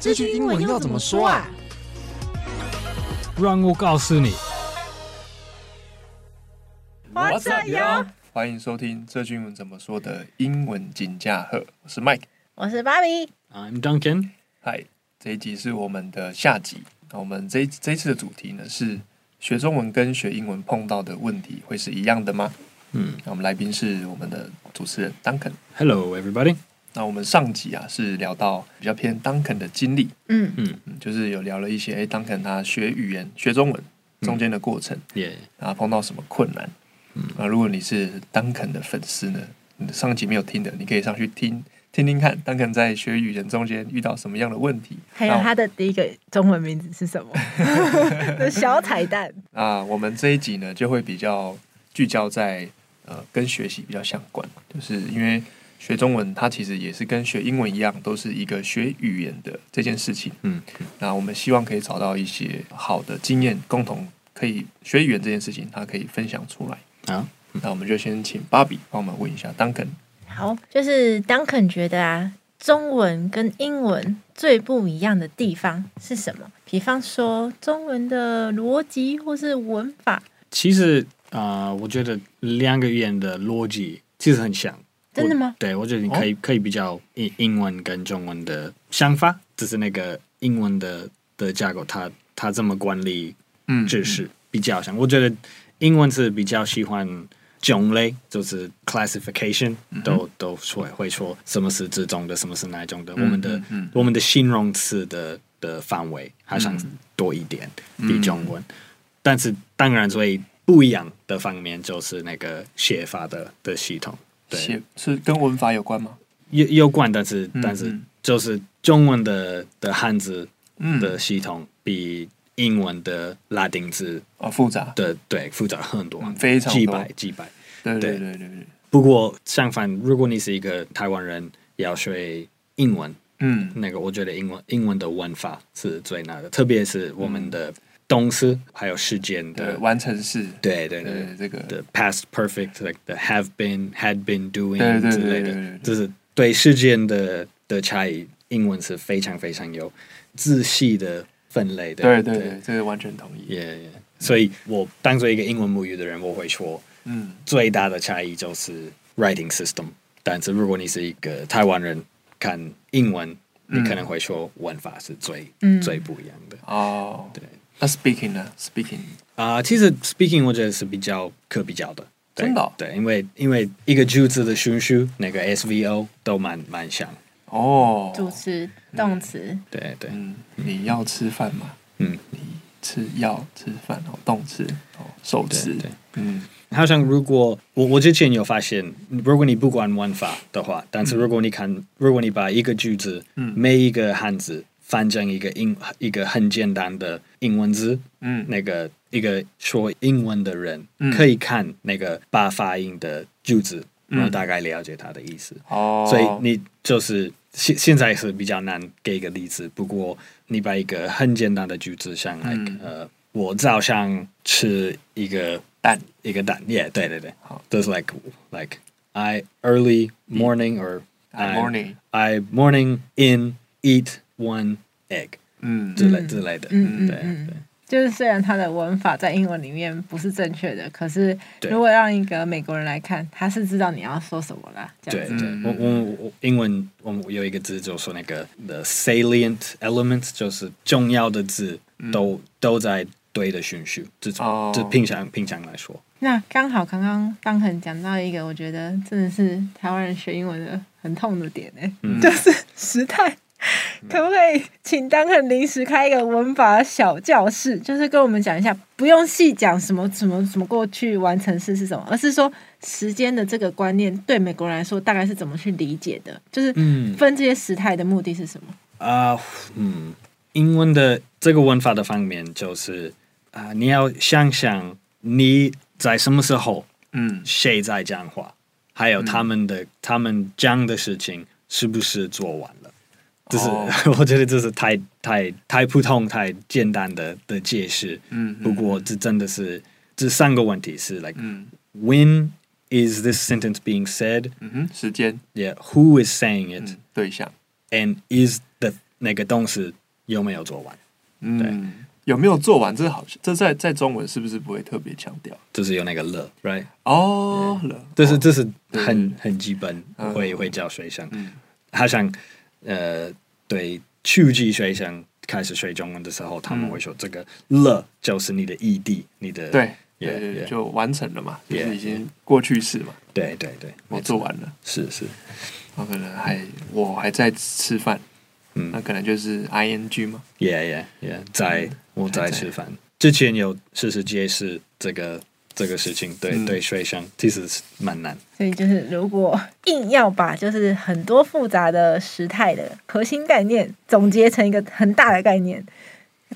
这句英文要怎么说啊？让我告诉你。 What's up, y'all？欢迎收听这句英文怎么说的英文金驾鹤，我是 Mike。我是芭比， I'm Duncan。嗨，这一集是我们的下集。那我们这一这一次的主题呢是学中文跟学英文碰到的问题会是一样的吗？嗯那我们来宾是我们的主持人 Duncan。 ，Hello everybody。那我们上集啊是聊到比较偏 Duncan 的经历，嗯嗯嗯，就是有聊了一些诶 Duncan 他学语言、学中文嗯中间的过程， ，Yeah，啊碰到什么困难。啊，如果你是 Duncan 的粉丝呢，你上集没有听的，你可以上去听听听看，Duncan 在学语言中间遇到什么样的问题。还有他的第一个中文名字是 什么？这小彩蛋。啊，我们这一集呢就会比较聚焦在呃跟学习比较相关，就是因为学中文它其实也是跟学英文一样，都是一个学语言的这件事情。嗯，那我们希望可以找到一些好的经验，共同可以学语言这件事情，它可以分享出来。好，那我们就先请芭比帮我们问一下 Duncan。好，就是 Duncan 觉得啊，中文跟英文最不一样的地方是什么？比方说中文的逻辑或是文法，其实啊、呃我觉得两个语言的逻辑其实很像。真的我吗？对，我觉得你可以、可以比较英英文跟中文的想法，只是那个英文的的架构，它它怎么管理嗯知识比较像。我觉得英文是比较喜欢种类，就是 classification，都、都会会说什么是这种的，什么是那种的。我们的、嗯嗯我们的形容词的的范围好像多一点、嗯比中文，但是当然最不一样的方面就是那个写法的的系统。对，写是跟文法有关吗？有有关，但是嗯但是嗯就是中文的的汉字嗯的系统比英文的拉丁字啊，复杂。的对复杂很多嗯，非常多几百几百。对对对对对对，不过相反，如果你是一个台湾人，要学英文，嗯那个我觉得英文英文的文法是最难的，特别是我们的动词还有时间对，的，完成式。对对对对，这个的 past perfect like the have been had been doing 对对对之类对对对的，就是对事件的的差异，英文是非常非常有仔细的分类的。对对对，这个完全同意。也所以我当做一个英文母语的人，我会说嗯最大的差异就是 writing system，但是如果你是一个台湾人看英文，你可能会说文法是最、嗯最不一样的。哦，对。那 speaking 呢？speaking 啊、其实 speaking 我觉得是比较可比较的，对真的哦对，因为因为一个句子的顺序，那个 SVO 都蛮蛮像，哦，主词、动词，对对，嗯，你要吃饭吗？嗯，吃要吃饭哦，动词哦，手词对对，嗯好像如果我我之前有发现，如果你不管文法的话，但是如果你看，如果你把一个句子，嗯每一个汉字翻成一个英一个很简单的英文字，嗯那个一个说英文的人、嗯可以看那个八发音的句子，嗯然后大概了解它的意思。哦，所以你就是现现在是比较难给一个例子，不过你把一个很简单的句子，像 like、嗯呃，我早上吃一个蛋一个蛋，yeah，对对对好，just like like I early morning or I morning I morning in eat one egg 嗯之类之类的，嗯对嗯对就是虽然它的文法在英文里面不是正确的，可是对如果让一个美国人来看，他是知道你要说什么啦。这样对子。对，我我我英文我们有一个字就说那个 the salient elements，就是重要的字都、都在对的顺序，这种、哦这平常平常来说， 那刚好刚刚当恒讲到一个，我觉得真的是台湾人学英文的很痛的点呢、欸嗯就是时态。可不可以请当恒临时开一个文法小教室，就是跟我们讲一下，不用细讲什么什么什么过去完成式是什么，而是说时间的这个观念对美国人来说大概是怎么去理解的，就是嗯分这些时态的目的是什么？啊、嗯，英文的这个文法的方面就是啊、你要想想你在什么时候嗯谁在讲话，还有他们的、他们讲的事情是不是做完了。就是、哦 我觉得这是太太太普通、太简单的的解释。嗯嗯不过这真的是这三个问题是 like、嗯 when is this sentence being said? 嗯哼，时间 Mm. Yeah, who is saying it? 嗯对象 and is the 那个动词有没有做完，嗯，有没有做完？这好，这在在中文是不是不会特别强调？就是有那个了，right？哦，了，这是哦这是很对很基本嗯会会教学生，嗯他想呃对初级学生开始学中文的时候，他们嗯会说这个了就是你的 ed，你的对对 Yeah，对，对 yeah 就完成了嘛，就 Yeah，是已经过去式嘛，对对对，我没做错，完了。是是，我可能还我还在吃饭，嗯那可能就是 I N G 嘛。 ，yeah yeah yeah，在我还在在吃饭之前有试试解释这个这个事情，对嗯对学生其实是蛮难，所以就是，如果硬要把就是很多复杂的时态的核心概念总结成一个很大的概念，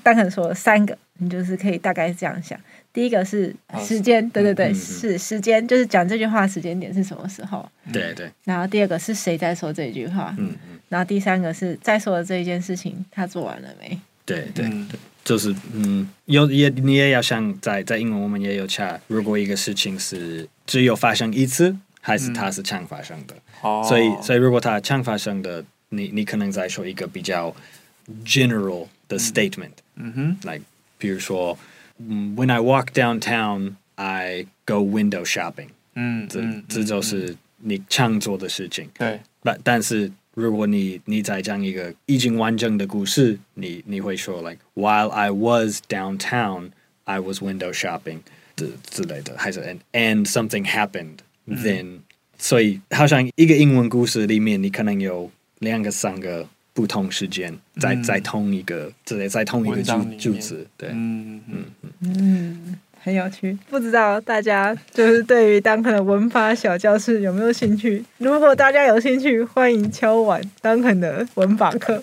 当然说了三个，你就是可以大概这样想。第一个是啊时间，对对对，嗯嗯是时间，就是讲这句话的时间点是什么时候。嗯对对，然后第二个是谁在说这句话，嗯嗯，然后第三个是在说的这一件事情他做完了没？对对。嗯就是嗯，有也你也要像在在英文我们也有差，如果一个事情是只有发生一次，还是它是常发生的，嗯哦，所以所以如果它常发生的，你你可能在说一个比较 general 的 statement，嗯哼， like 比如说，嗯，When I walk downtown, I go window shopping，嗯，这嗯这就是你常做的事情，对，但但是如果你你在讲一个已经完整的故事，你你会说 like while I was downtown, I was window shopping 之之类的，还是 and and something happened 嗯 then，、所以好像一个英文故事里面，你可能有两个三个不同时间在、在同一个之类在同一个嗯文章里句句面子，对，嗯嗯嗯，很有趣。不知道大家就是对于当肯的文法小教室有没有兴趣？如果大家有兴趣，欢迎敲碗当肯的文法课。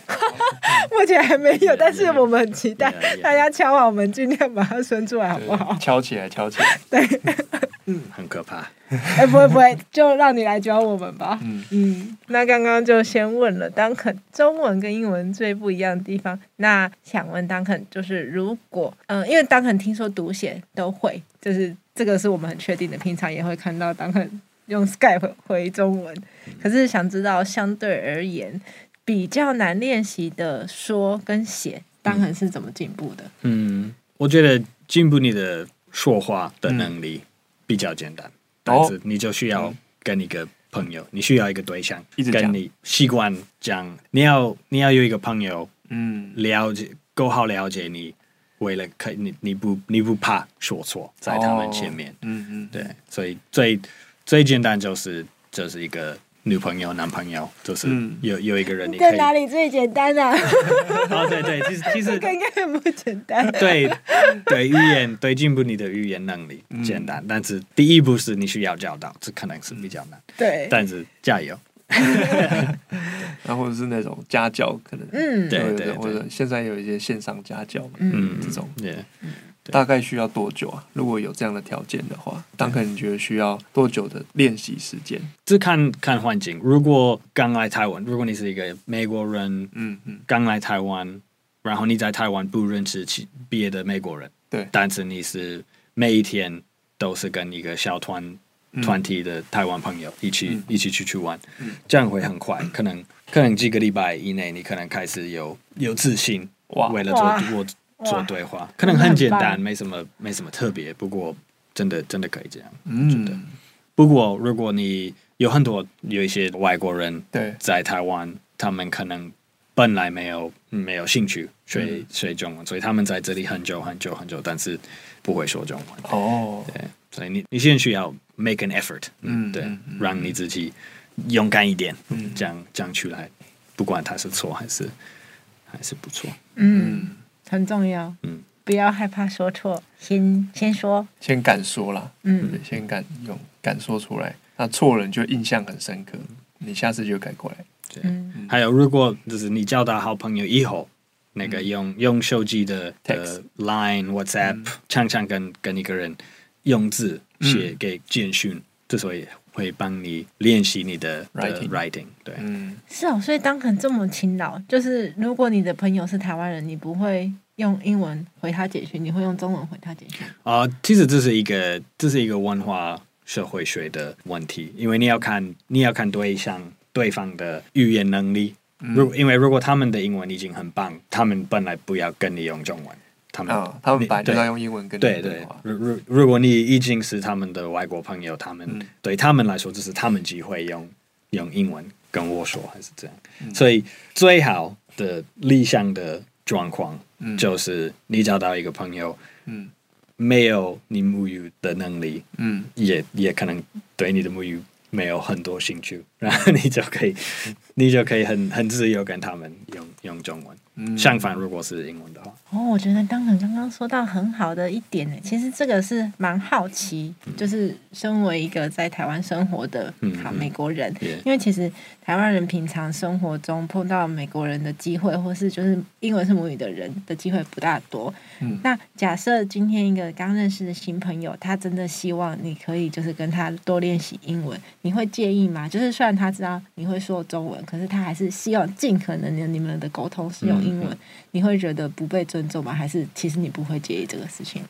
目前还没有，但是我们很期待 Yeah, yeah. 大家敲碗，我们尽量把它生出来，好嗯不好对，？敲起来，敲起来，很可怕。 哎、不会不会，就让你来教我们吧。嗯嗯，那刚刚就先问了当肯中文跟英文最不一样的地方。那想问当肯，就是如果嗯、呃因为当肯听说读写都会，就是这个是我们很确定的，平常也会看到当肯用 Skype 回中文。可是想知道相对而言比较难练习的说跟写，当肯是怎么进步的？嗯，我觉得进步你的说话的能嗯力比较简单，但哦是你就需要跟一个朋友，你需要一个对象一直，讲跟你习惯讲，你要你要有一个朋友嗯，了解，够好了解你，为了可你你不你不怕说错在他们前面，嗯嗯，对，所以最最简单就是就是一个女朋友男朋友，就是嗯有、有一个人你可在以，哪里最简单啊？哦对对，其实 其实这 个应该很不简 单。对对，语言对进步你的语言能力嗯简单，但是第一步是你需要教导，这可能是比较难，嗯对，但是加油。然后或者是那种家教，可能嗯，对对对，或者现在有一些线上家教嘛，嗯这种对，对大概需要多久啊？如果有这样的条件的话，当肯你觉得需要多久的练习时间？这看看环境。如果刚来台湾，如果你是一个美国人，嗯嗯，刚来台湾，然后你在台湾不认识其别的美国人，对，但是你是每一天都是跟一个小团嗯团体的台湾朋友一起、嗯一起出去玩，嗯这样会很快，可能可能几个礼拜以内，你可能开始有有自信，哇嗯为了哇做做做对话，可能很简单，没什么没什么特别，不过真的真的可以这样。的嗯，不过如果你有很多有一些外国人对，在台湾，他们可能本来没有没有兴趣学、嗯学中文，所以他们在这里很久很久很久，但是不会说中文。哦，对，所以你你先需要 make an effort，嗯嗯，对嗯嗯，让你自己勇敢一点，嗯这样这样出来，不管他是错还是还是不错，嗯，很重要。嗯，不要害怕说错，先先说。先敢说啦，嗯对，先敢用敢说出来，那错了你就印象很深刻，你下次就改过来。对。嗯还有，如果就是你交到好朋友以后，那个用用手机的嗯 Text 嗯的 Line、WhatsApp，、常常跟跟一个人用字写给简嗯讯，之所以会帮你练习你的的 Writing writing，对，嗯，是哦，所以当肯这么勤劳，就是如果你的朋友是台湾人，你不会用英文回他简讯，你会用中文回他简讯。啊、其实这是一个这是一个文化社会学的问题，因为你要看你要看对象对方的语言能力嗯如因为如果他们的英文已经很棒，他们本来不要跟你用中文，他们、啊，他们你本来就对要用英文跟嗯你对对对话，，如如如果你已经是他们的外国朋友，他们、嗯对他们来说，这是他们机会用用英文跟我说，还是这样。嗯所以最好的理想的状况嗯就是你找到一个朋友，嗯没有你母语的能力，嗯也也可能对你的母语没有很多兴趣，然后你就可以嗯你就可以很很自由跟他们用用中文。嗯，相反，如果是英文的话，哦，我觉得当然刚刚说到很好的一点呢，其实这个是蛮好奇，就是身为一个在台湾生活的嗯好嗯美国人，也因为其实台湾人平常生活中碰到美国人的机会，或是就是英文是母语的人的机会不大多。嗯那假设今天一个刚认识的新朋友，他真的希望你可以就是跟他多练习英文，你会介意吗？就是虽然他知道你会说中文，可是他还是希望尽可能的你们的沟通是用英文，你会觉得不被尊重吗？还是其实你不会介意这个事情？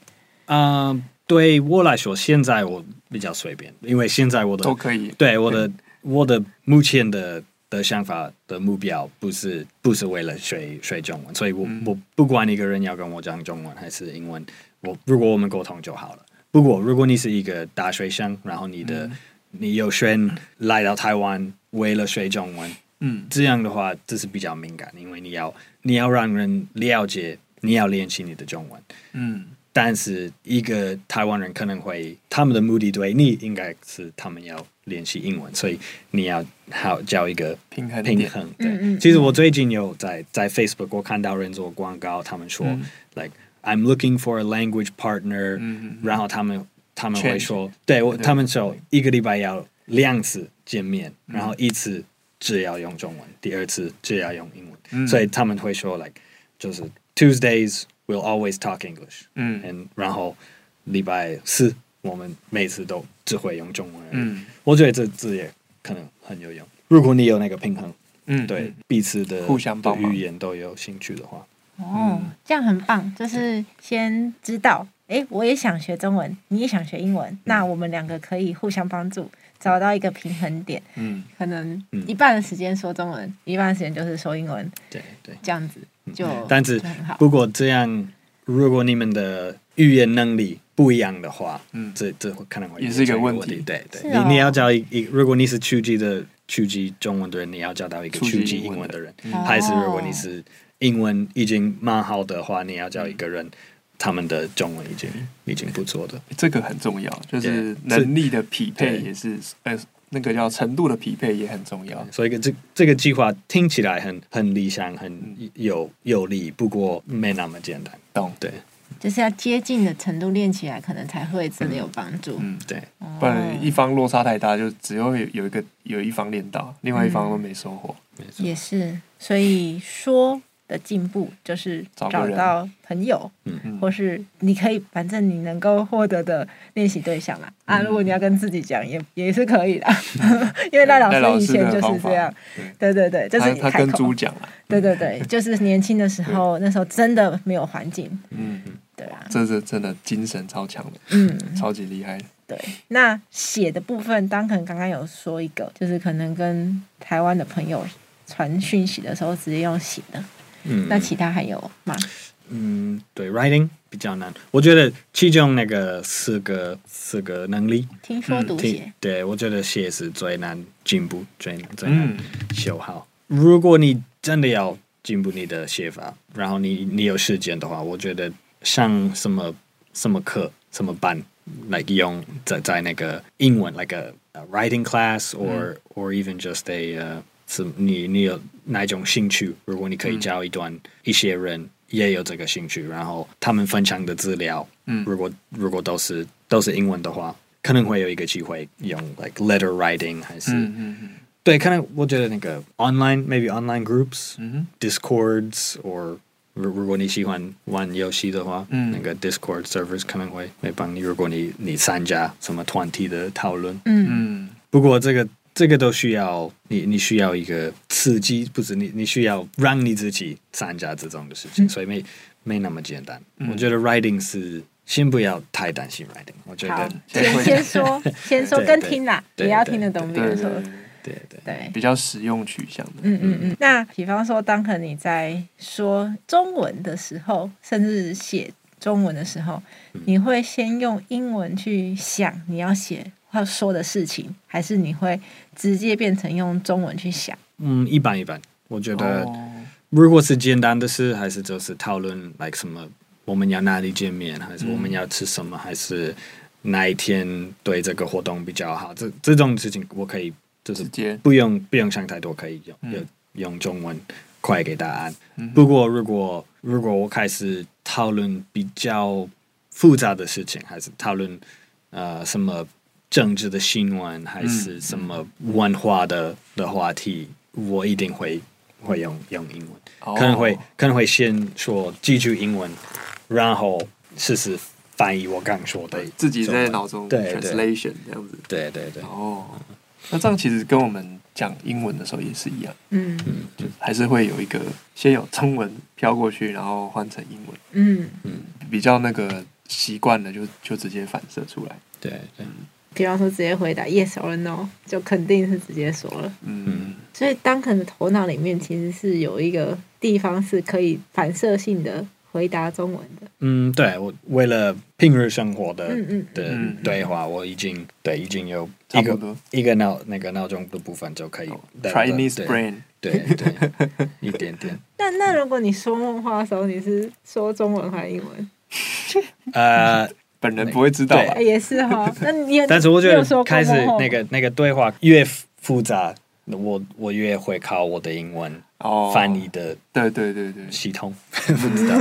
啊、对我来说，现在我比较随便，因为现在我的都可以，对我的我的目前的的想法的目标不是不是为了学学中文，所以我、嗯我不管一个人要跟我讲中文还是英文，我如果我们沟通就好了。不过如果你是一个大学生，然后你嗯的、你有选来到台湾为了学中文，嗯这样的话，这是比较敏感，因为你要你要让人了解，你要练习你的中文。嗯但是一个台湾人可能会他们的目的对你应该是他们要练习英文，所以你要好教一个平衡点平衡。对，嗯嗯其实我最近有在在 Facebook 我看到人做广告，他们说、嗯 like I'm looking for a language partner，、嗯嗯然后他们他们会 Change 说，对我对他们说一个礼拜要两次见面，然后一次只要用中文，第二次只要用英文，嗯所以他们会说 like 就是 Tuesdays we'll always talk English。嗯嗯，然后礼拜四我们每次都只会用中文而已。嗯我觉得这这也可能很有用。如果你有那个平衡，嗯，对、彼此的互相帮对忙语言都有兴趣的话，哦嗯，这样很棒，就是先知道，诶，我也想学中文，你也想学英文，那我们两个可以互相帮助，找到一个平衡点，嗯可能嗯一半的时间说中文，一半的时间就是说英文，对对。这样子嗯就但是就很好。不过这样，如果你们的语言能力不一样的话，嗯这这会可能会也是一个啊变成问题对对，是哦你你要找一一，如果你是初级的初级中文的人，你要找到一个初级初级英英文文的的人，嗯还是如果你是英文已经蛮好的话，你要找一个人，他们的中文已经已经不错的，这个很重要，就 Yeah，是能力的匹配对也是，呃，那个叫程度的匹配也很重要。所以这这个计划听起来很很理想，很嗯有有力，不过没那么简单。懂，对，就是要接近的程度练起来，可能才会真的有帮助。嗯，对，哦不然一方落差太大，就只有有一个有一方练到，另外一方都没收获。没错。也是，所以说的进步就是找找个人到朋友，嗯或是你可以，反正你能够获得的练习对象啦。嗯啊，如果你要跟自己讲，也也是可以的， 因为赖赖老老师以师前的就方是法这样，，对对对对，就是他他开跟口猪，讲了，对对对，就是年轻的时候，那时候真的没有环境，嗯，对啊，这是真的精神超强的，嗯，超级厉害的。对，那写的部分，当可能刚刚有说一个，就是可能跟台湾的朋友传讯息的时候直接用写的，嗯那其他还有吗？嗯，对，writing 比较难。我觉得其中那个四个四个能力，听说读听写，对我觉得写是最难进步，最难最难嗯修好。如果你真的要进步你的写法，然后你你有时间的话，我觉得上什么什么课、什么班来用在在那个英文，like a, a writing class 嗯 or、or even just a、uh, 是你你有哪一种兴趣？如果你可以教一段、一些人也有这个兴趣，然后他们分享的资料，嗯如果如果都是都是英文的话，可能会有一个机会用 like letter writing 还是、嗯嗯嗯对，可能我觉得那个 online maybe online groups、嗯 discords or 如如果你喜欢玩游戏的话，嗯那个 Discord servers 可能会会帮你。如果你你参加什么团体的讨论，嗯，嗯不过这个这个都需要你，你需要一个刺激，不是你，你需要让你自己参加这种的事嗯情，所以没没那么简单。嗯我觉得 writing 是先不要太担心 writing，我觉好得，对先先说，先说对跟对听啦，对也要对听得懂别对人对说对，对对，对，比较实用取向的。嗯嗯嗯。那比方说，当可能你在说中文的时候，甚至写中文的时候，你会先用英文去想你要写要说的事情，还是你会直接变成用中文去想？嗯，一般一般。我觉嗯得哦，如果是简单的事，还是就是讨论，like 什么我们要哪里见面，还是我们要吃什么，还是哪一天对这个活动比较好，这这种事情我可以就是直接不用不用想太多，可以用、嗯用用中文快给答案。嗯不过如果如果我开始讨论比较复杂的事情，还是讨论呃什么政治的新闻，还是什么文化的的话题，我一定会会用用英文，哦可能会可能会先说记住英文，然后试试翻译我刚说的，自己在脑中对对 translation 这样子。对对对，哦，那这样其实跟我们讲英文的时候也是一样，嗯就还是会有一个先有中文飘过去，然后换成英文，嗯。比较那个习惯了就就直接反射出来。对对，比方说，直接回答 yes or no，就肯定是直接说了。嗯，所以，当可能头脑里面其实是有一个地方是可以反射性的回答中文的。嗯，对我为了平日生活的嗯嗯的嗯对话，我已经对已经有差一不个多一个闹那个闹钟的部分就可以哦对 Chinese 对 brain 对对 一点点那那如果你说梦话的时候，你是说中文还是英文？呃， 本人不会知道吧哎，？也是哈。那你也， 但是我觉你有得说过开始梦话那个那个对话越复杂，我我越会靠我的英文哦，翻译的对对对对，系统， 不知道，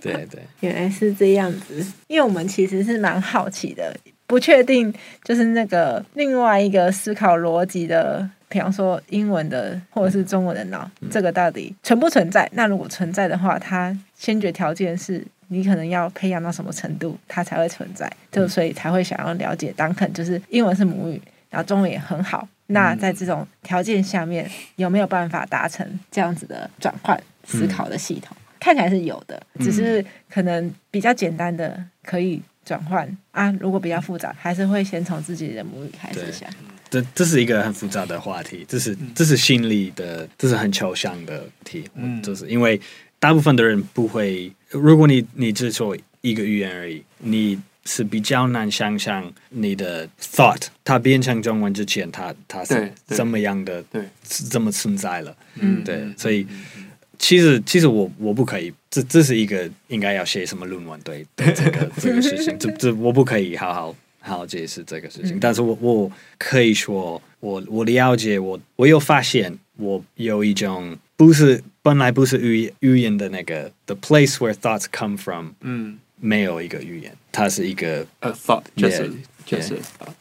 对对，原来是这样子，因为我们其实是蛮好奇的，不确定就是那个另外一个思考逻辑的，比方说英文的或者是中文的脑，这个到底存不存在？那如果存在的话，它先决条件是。你可能要培养到什么程度，它才会存在，就所以才会想要了解。当肯就是英文是母语，然后中文也很好，那在这种条件下面，有没有办法达成这样子的转换思考的系统？看起来是有的，只是可能比较简单的可以转换啊。如果比较复杂，还是会先从自己的母语开始对想。这这是一个很复杂的话题，这是这是心理的，这是很抽象的题，嗯就是因为大部分的人不会，如果你你只说一个语言而已，你是比较难想象你的 thought 它变成中文之前，它它是对对怎么样的，对，是怎么存在了，嗯对，所以。其实，其实我我不可以，这这是一个应该要写什么论文对对这个 这个事情，这这我不可以好好好好解释这个事情。嗯但是我我可以说，我我了解，我我有发现，我有一种不是本来不是语言语言的那个 the place where thoughts come from，嗯没有一个语言，它是一个，a thought 就是 Yeah，就是 a thought，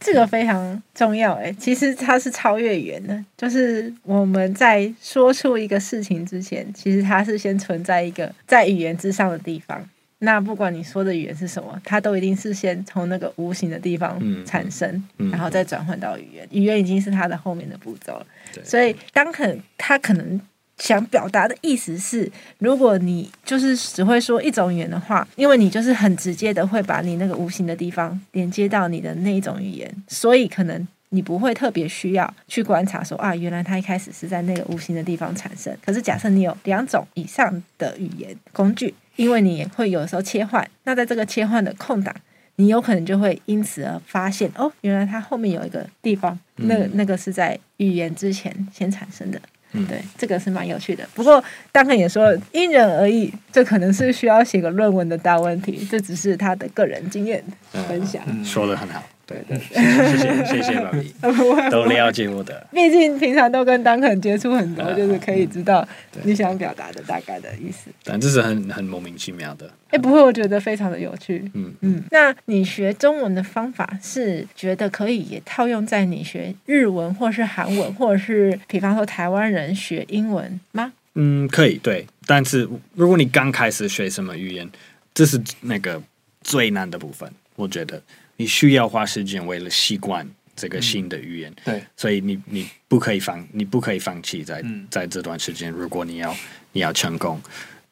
这个非常重要诶、其实它是超越语言的，就是我们在说出一个事情之前，其实它是先存在一个在语言之上的地方。那不管你说的语言是什么，它都一定是先从那个无形的地方嗯产生，嗯然后再转换到语言。语言已经是它的后面的步骤了。对所以当肯他可能想表达的意思是，如果你就是只会说一种语言的话，因为你就是很直接的会把你那个无形的地方连接到你的那一种语言，所以可能。你不会特别需要去观察说啊，原来它一开始是在那个无形的地方产生。可是假设你有两种以上的语言工具，因为你也会有时候切换，那在这个切换的空档，你有可能就会因此而发现，哦，原来它后面有一个地方，那个嗯那个是在语言之前先产生的。嗯对，这个是蛮有趣的。不过，当肯也说了，因人而异，这可能是需要写个论文的大问题。这只是他的个人经验分享。嗯说的很好，对 对，谢谢谢谢老李，都了解我的，毕竟平常都跟当肯接触很多，就是可以知道嗯对你想表达的大概的意思。但这是很很莫名其妙的，哎，不会，我觉得非常的有趣。嗯嗯，那你学中文的方法是觉得可以也套用在你学日文或是韩文，或者是比方说台湾人学英文吗？嗯，可以，对。但是如果你刚开始学什么语言，这是那个最难的部分，我觉得你需要花时间为了习惯这个新的语言，对，所以你你不可以放，你不可以放弃在、嗯在这段时间，如果你要你要成功。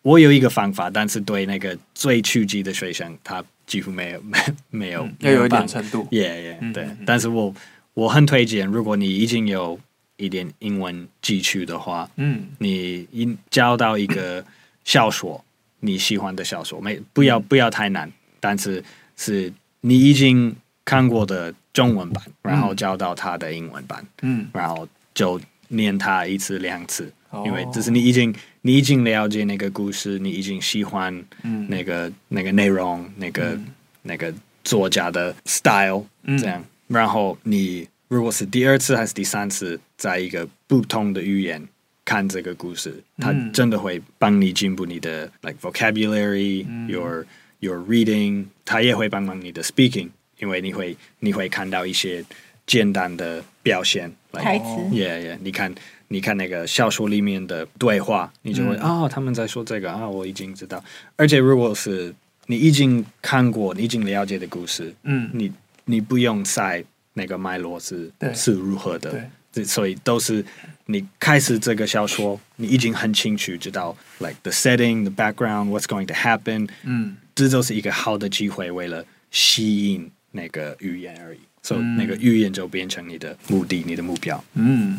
我有一个方法，但是对那个最初级的学生，他几乎没有没有嗯要有一办点程度。 Yeah, yeah，、嗯对。嗯嗯但是我我很推荐，如果你已经有一点英文基础的话，嗯你一交到一个小说，你喜欢的小说，没嗯不要不要太难，但是是你已经看过的中文版，然后交到它的英文版，嗯然后就念它一次两次，哦因为只是你已经你已经了解那个故事，你已经喜欢嗯那个、那个内容，那个、嗯那个作家的 style 嗯这样，然后你如果是第二次还是第三次，在一个不同的语言。看这个故事，它嗯真的会帮你进步你的 like vocabulary、嗯 your your reading，它也会帮忙你的 speaking，因为你会你会看到一些简单的表现，like 台词。 Yeah, yeah. 你看，你看那个小说里面的对话，你就会啊、嗯哦，他们在说这个啊，我已经知道。而且如果是你已经看过、你已经了解的故事，嗯你你不用猜那个脉络是对是如何的对，这所以都是你开始这个小说，你已经很清楚知道 like the setting, the background, what's going to happen，嗯这就是一个好的机会，为了吸引那个语言而已。所、以嗯那个语言就变成你的目的、你的目标。嗯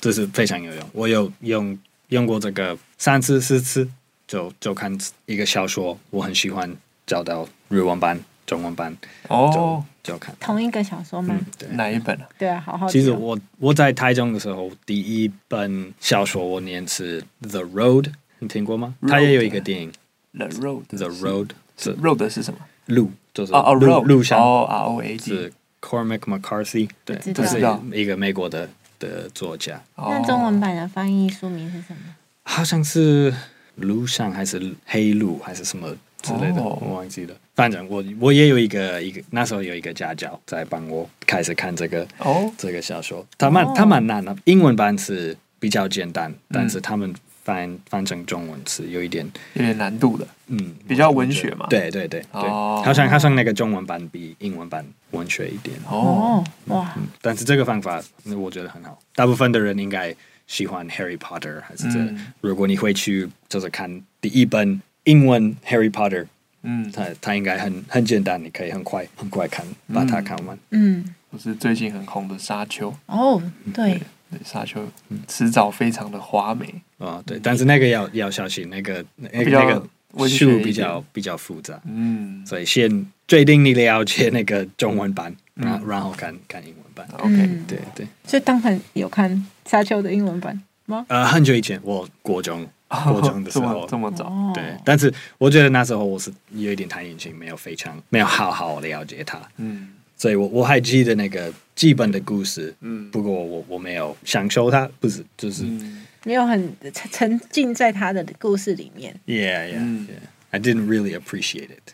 这是非常有用。我有用用过这个三次四次，就就看一个小说，我很喜欢找到日文版、中文版，就、哦，就看。同一个小说吗？嗯，对。哪一本啊？对啊，好好。其实我我在台中的时候，第一本小说我念是《The Road》，你听过吗？ Road 它也有一个电影 The Road， 《The 是 Road》，是 Road 是什么？路，就是哦哦路，Road 路上哦，R O A 是 D。 Cormac McCarthy，对，知这道是知道一个美国的的作家。那中文版的翻译书名是什么？好像是路上还是黑路还是什么之类的哦我忘记了。反正我我也有一个一个那时候有一个家教在帮我开始看这个哦这个小说，它蛮哦它蛮难的，英文版是比较简单，但是他们翻翻成中文是有一点有点难度的。嗯比较我文学嘛对对对对，哦好像好像那个中文版比英文版文学一点。哦，哦，哇，但是这个方法嗯我觉得很好，大部分的人应该喜欢 Harry Potter 还是这。嗯如果你会去就是看第一本英文 Harry Potter，嗯，它它应该很很简单，你可以很快很快看把它看完。嗯，就是最近很红的《沙丘》。哦，嗯对，对，沙丘迟早非常的华美。啊、对，但是那个要要小心，那个那嗯比个较那个文学一书点比较比较复杂，嗯所以先最定你了解那个中文版，嗯哦然、然后看看英文版。 ，OK，嗯对对，所以当很有看《沙丘》的英文版吗？呃，很久以前我国中国中的时哦 这候么，这么早，哦对，但是我觉得那时候我是有一点太年轻，没有非常没有好好了解它，嗯所以我我还记得那个基本的故事，嗯不过我我没有享受它，不是就是、嗯没有很沉沉浸在他的故事里面。 yeah yeah、嗯 yeah I didn't really appreciate it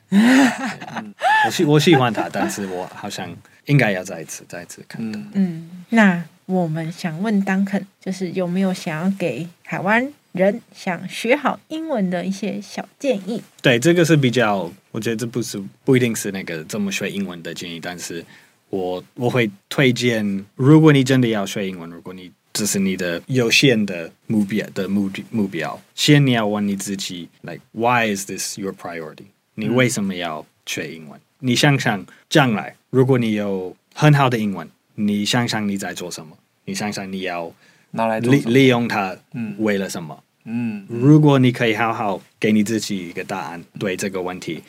我喜我喜欢它，但是我好像应该要再一次再一次看它。嗯嗯，那我们想问 Duncan，就是有没有想要给台湾人想学好英文的一些小建议？对，这个是比较，我觉得这不是不一定是那个怎么学英文的建议，但是我我会推荐，如果你真的要学英文，如果你这是你的有限的目标的目的目标，先你要问你自己，like why is this your priority？你嗯为什么要学英文？你想想将来，如果你有很好的英文，你想想你在做什么？你想想你要拿来做利什么利用它嗯，为了什么？嗯如果你可以好好给你自己一个答案，对这个问题，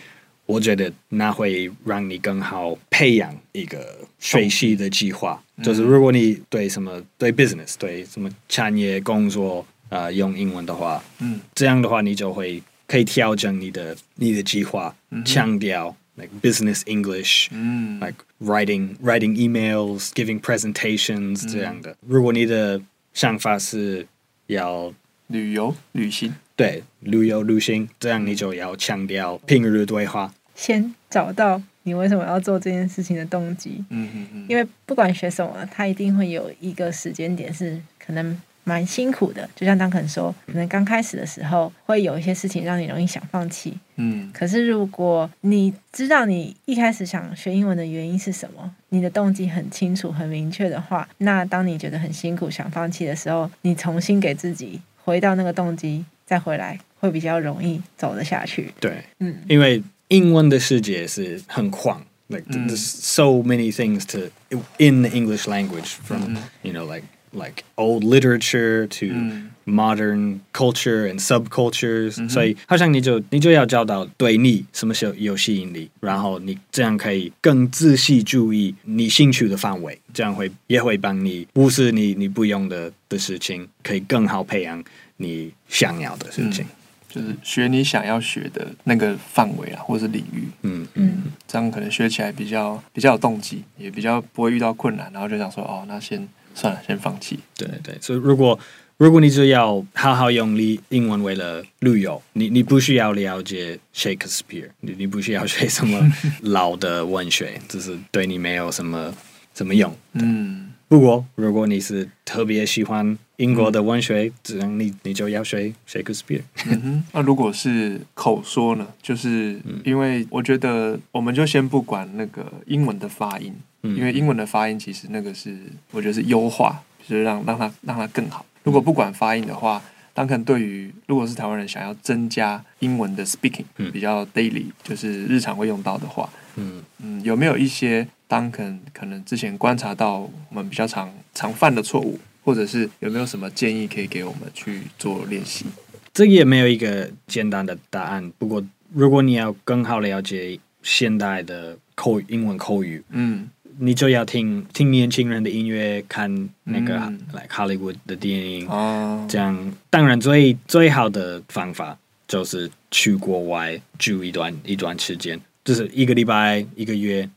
我觉得那会让你更好培养一个学习的计划。嗯就是如果你对什么对 business 对什么产业工作呃用英文的话，嗯这样的话你就会可以调整你的你的计划，强调 like business English，嗯 like writing writing emails, giving 嗯 presentations 这样的。如果你的想法是要旅游旅行，对，旅游旅行，这样你就要强调平日对话。先找到你为什么要做这件事情的动机，嗯嗯嗯，因为不管学什么，他一定会有一个时间点是可能蛮辛苦的。就像当肯说，可能刚开始的时候会有一些事情让你容易想放弃，嗯可是如果你知道你一开始想学英文的原因是什么，你的动机很清楚、很明确的话，那当你觉得很辛苦、想放弃的时候，你重新给自己回到那个动机，再回来会比较容易走得下去。对，嗯因为英文的世界是很广， Like th- Mm. there's so many things to in the English language from Mhm. you know like like old literature to Mm. modern culture and subcultures，、嗯哼所以好像你就你就要找到对你什么是有吸引力，然后你这样可以更仔细注意你兴趣的范围，这样会也会帮你不是你你不用的的事情，可以更好培养你想要的事情。就是学你想要学的那个范围啊，或是领域，嗯嗯，这样可能学起来比较比较有动机，也比较不会遇到困难，然后就想说哦，那先算了，先放弃。对对，所以如果如果你只要好好用力英文为了旅游，你你不需要了解 Shakespeare，你你不需要学什么老的文学，就是对你没有什么什么用。嗯，不过如果你是特别喜欢英国的文学，这样你你就要学 Shakespeare。嗯哼，那如果是口说呢？就是嗯因为我觉得，我们就先不管那个英文的发音，嗯因为英文的发音其实那个是我觉得是优化，就是让让它让它更好。如果不管发音的话，当可能对于如果是台湾人想要增加英文的 speaking，、嗯比较 daily，就是日常会用到的话，嗯嗯，有没有一些当可能可能之前观察到我们比较常常犯的错误，或者是有没有什么建议可以给我们去做练习？这个也没有一个简单的答案。不过如果你要更好了解现代的口英文口语，嗯你就要听听年轻人的音乐，看那个嗯来 Hollywood 的电影，啊，嗯这样当然最最好的方法就是去国外住一段一段时间，就是一个礼拜、一个月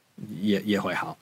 也也会好。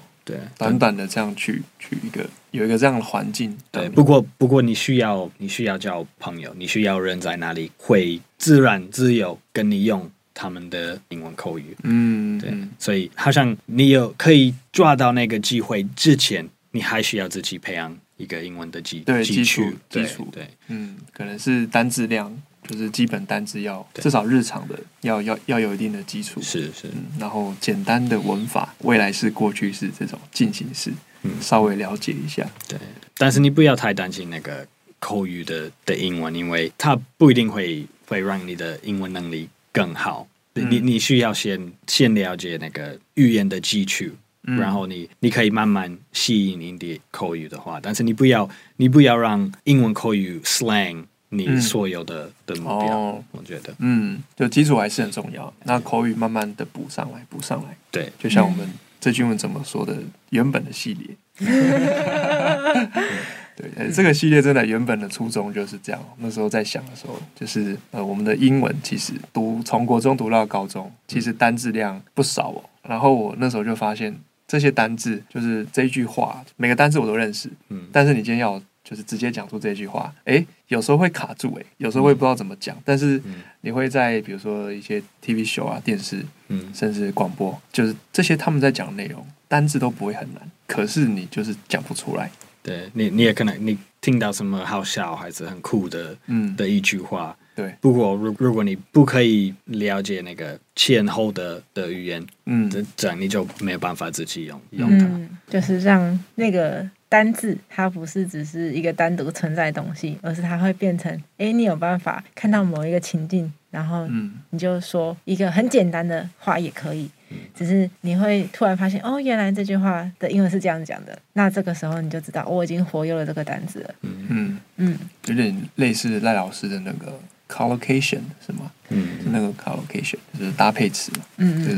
啊对，短短的这样去去一个有一个这样的环境，对，嗯不过不过你需要你需要交朋友，你需要人在哪里会自然自由跟你用他们的英文口语。嗯，对，嗯所以好像你有可以抓到那个机会之前，你还需要自己培养一个英文的基对基基础对基础对嗯，可能是单字量，就是基本单字要对至少日常的要要要有一定的基础，是是嗯，然后简单的文法，未来式、过去式这种进行式，嗯稍微了解一下，对，但是你不要太担心那个口语的的英文，因为它不一定会会让你的英文能力更好。嗯你你需要先先了解那个语言的基础，嗯然后你你可以慢慢吸引你的口语的话，但是你不要你不要让英文口语 slang 你嗯所有的、的目标，哦我觉得嗯，就基础还是很重要。那口语慢慢的补上来，补上来，对。就像我们这句文怎么说的，原本的系列。对，呃这个系列真的原本的初衷就是这样。那时候在想的时候，就是呃，我们的英文其实读从国中读到高中，其实单字量不少哦。然后我那时候就发现，这些单字就是这一句话，每个单字我都认识，嗯但是你今天要我就是直接讲出这句话，诶，有时候会卡住，诶，有时候会不知道怎么讲，但是你会在比如说一些 TV show 啊、电视，嗯甚至广播，就是这些他们在讲的内容，单字都不会很难，可是你就是讲不出来。对你，你也可能你听到什么好笑还是很酷的，嗯的一句话。对，不过，如如果你不可以了解那个前后的的语言，嗯，这这样你就没有办法自己用用它。嗯，就是让那个单字，它不是只是一个单独存在的东西，而是它会变成，诶，你有办法看到某一个情境，然后嗯你就说一个很简单的话也可以，只是你会突然发现，哦，原来这句话的英文是这样讲的，那这个时候你就知道，哦我已经活用了这个单字了。嗯，嗯，有点类似赖老师的那个 collocation 是吗？嗯，那个 collocation 就是搭配词嘛，嗯嗯就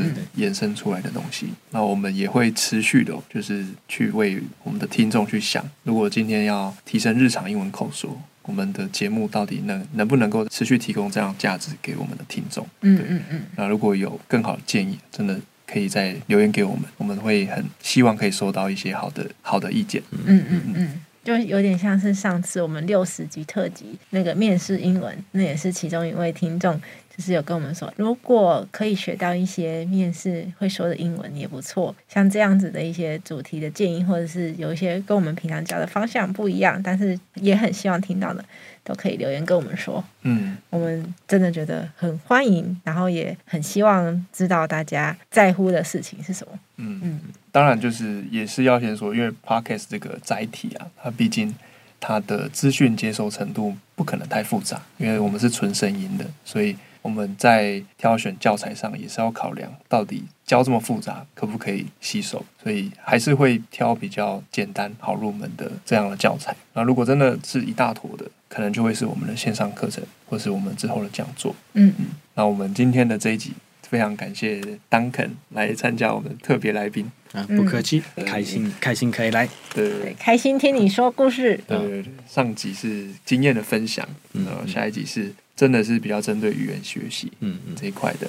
是衍生出来的东西。那我们也会持续的，就是去为我们的听众去想，如果今天要提升日常英文口说，我们的节目到底能能不能够持续提供这样的价值给我们的听众？嗯对嗯嗯，那如果有更好的建议，真的可以再留言给我们，我们会很希望可以收到一些好的好的意见。嗯嗯嗯，就有点像是上次我们六十集特辑那个面试英文，那也是其中一位听众就是有跟我们说，如果可以学到一些面试会说的英文也不错。像这样子的一些主题的建议，或者是有一些跟我们平常教的方向不一样，但是也很希望听到的，都可以留言跟我们说。嗯，我们真的觉得很欢迎，然后也很希望知道大家在乎的事情是什么。嗯嗯当然就是也是要先说，因为 podcast 这个载体啊，它毕竟它的资讯接收程度不可能太复杂，因为我们是纯声音的，所以我们在挑选教材上也是要考量到底教这么复杂，可不可以吸收？所以还是会挑比较简单、好入门的这样的教材。那如果真的是一大坨的，可能就会是我们的线上课程，或是我们之后的讲座。嗯，那我们今天的这一集，非常感谢 Duncan 来参加我们的特别来宾。啊，不客气，开心开心可以来，对对，对开心听你说故事，对对，上集是经验的分享，嗯然后嗯下一集是真的是比较针对语言学习嗯嗯，这一块的。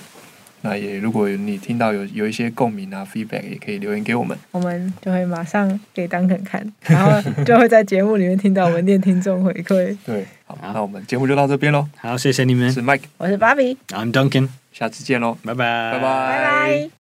那也如果你听到有有一些共鸣啊 feedback，也可以留言给我们。我们就会马上给 Duncan 看，然后就会在节目里面听到我们念听众回馈。对，好，好那我们节目就到这边喽。嗯好，谢谢你我们是 Mike，我是芭比， ，I'm Duncan，下次见喽，拜拜，拜拜拜拜。